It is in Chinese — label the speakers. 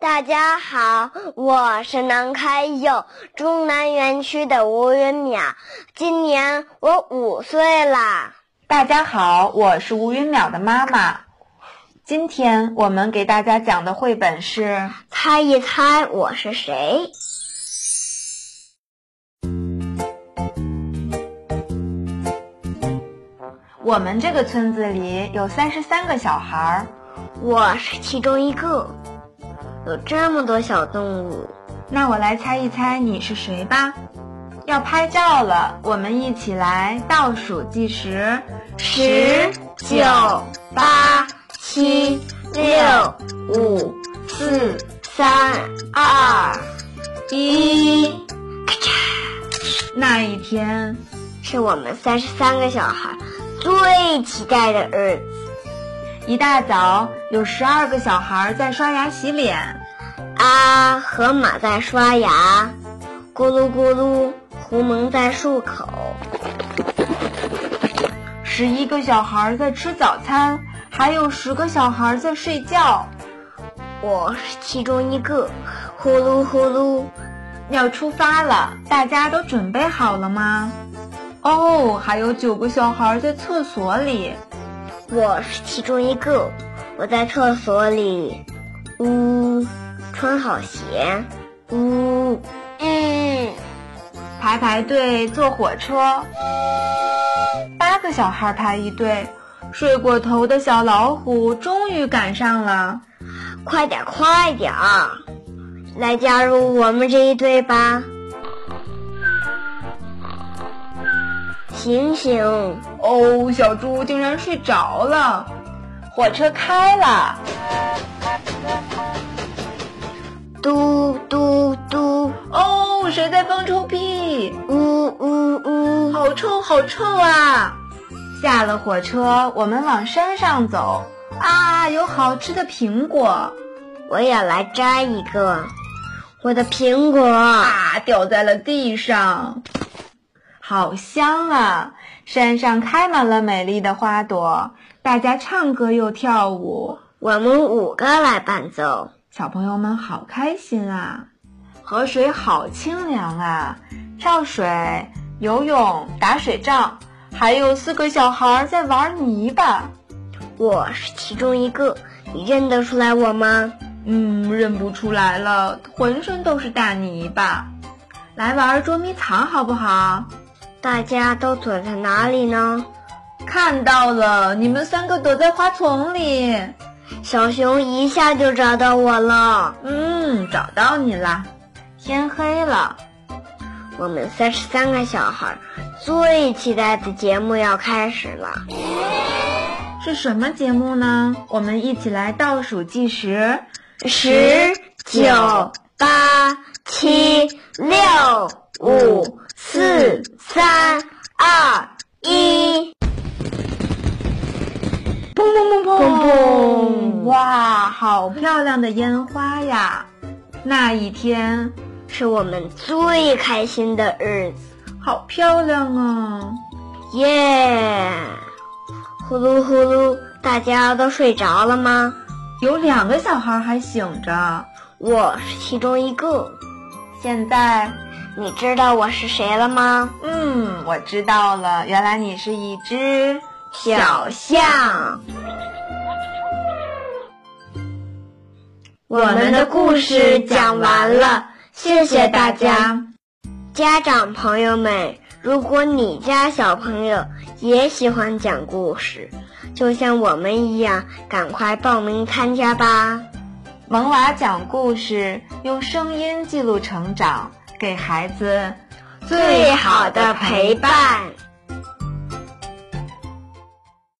Speaker 1: 大家好，我是南开右中南园区的吴云淼，今年我五岁啦。
Speaker 2: 大家好，我是吴云淼的妈妈。今天我们给大家讲的绘本是《
Speaker 1: 猜一猜我是谁》。
Speaker 2: 我们这个村子里有三十三个小孩儿，
Speaker 1: 我是其中一个。有这么多小动物，
Speaker 2: 那我来猜一猜你是谁吧。要拍照了，我们一起来倒数计时：
Speaker 1: 十九、八、七、六、五、四、三、二、一。
Speaker 2: 那一天，
Speaker 1: 是我们三十三个小孩最期待的日子。
Speaker 2: 一大早，有十二个小孩在刷牙洗脸。
Speaker 1: 啊，河马在刷牙，咕噜咕噜，狐獴在漱口。
Speaker 2: 十一个小孩在吃早餐，还有十个小孩在睡觉。
Speaker 1: 我是其中一个，呼噜呼噜。
Speaker 2: 要出发了，大家都准备好了吗？哦，还有九个小孩在厕所里。
Speaker 1: 我是其中一个，我在厕所里，呜，穿好鞋，呜，嗯，
Speaker 2: 排排队坐火车，八个小孩排一队。睡过头的小老虎终于赶上了。
Speaker 1: 快点儿快点儿，来加入我们这一队吧。醒醒，
Speaker 2: 哦，小猪竟然睡着了。火车开了，
Speaker 1: 嘟嘟嘟，
Speaker 2: 哦，谁在放臭屁？
Speaker 1: 呜呜呜，
Speaker 2: 好臭，好臭啊！下了火车，我们往山上走。啊，有好吃的苹果
Speaker 1: 我也来摘一个，我的苹果。
Speaker 2: 啊，掉在了地上，好香啊！山上开满了美丽的花朵，大家唱歌又跳舞，
Speaker 1: 我们五个来伴奏。
Speaker 2: 小朋友们好开心啊！河水好清凉啊！跳水、游泳、打水仗，还有四个小孩在玩泥巴。
Speaker 1: 我是其中一个，你认得出来我吗？
Speaker 2: 嗯，认不出来了，浑身都是大泥巴。来玩捉迷藏好不好？
Speaker 1: 大家都躲在哪里呢？
Speaker 2: 看到了，你们三个躲在花丛里。
Speaker 1: 小熊一下就找到我了。
Speaker 2: 嗯，找到你啦！天黑了，
Speaker 1: 我们三十三个小孩最期待的节目要开始了。
Speaker 2: 是什么节目呢？我们一起来倒数计时。
Speaker 1: 十九、八、七、六、五、四、三、二、一。
Speaker 2: 砰砰砰
Speaker 1: 砰砰
Speaker 2: 哇，好漂亮的烟花呀！那一天
Speaker 1: 是我们最开心的日子，
Speaker 2: 好漂亮啊！
Speaker 1: 耶！呼噜呼噜，大家都睡着了吗？
Speaker 2: 有两个小孩还醒着。
Speaker 1: 我是其中一个。
Speaker 2: 现在，
Speaker 1: 你知道我是谁了吗？
Speaker 2: 嗯，我知道了，原来你是一只
Speaker 1: 小象。我们的故事讲完了，谢谢大家。。家长朋友们，如果你家小朋友也喜欢讲故事，就像我们一样，赶快报名参加吧！
Speaker 2: 萌娃讲故事，用声音记录成长，给孩子
Speaker 1: 最好的陪伴。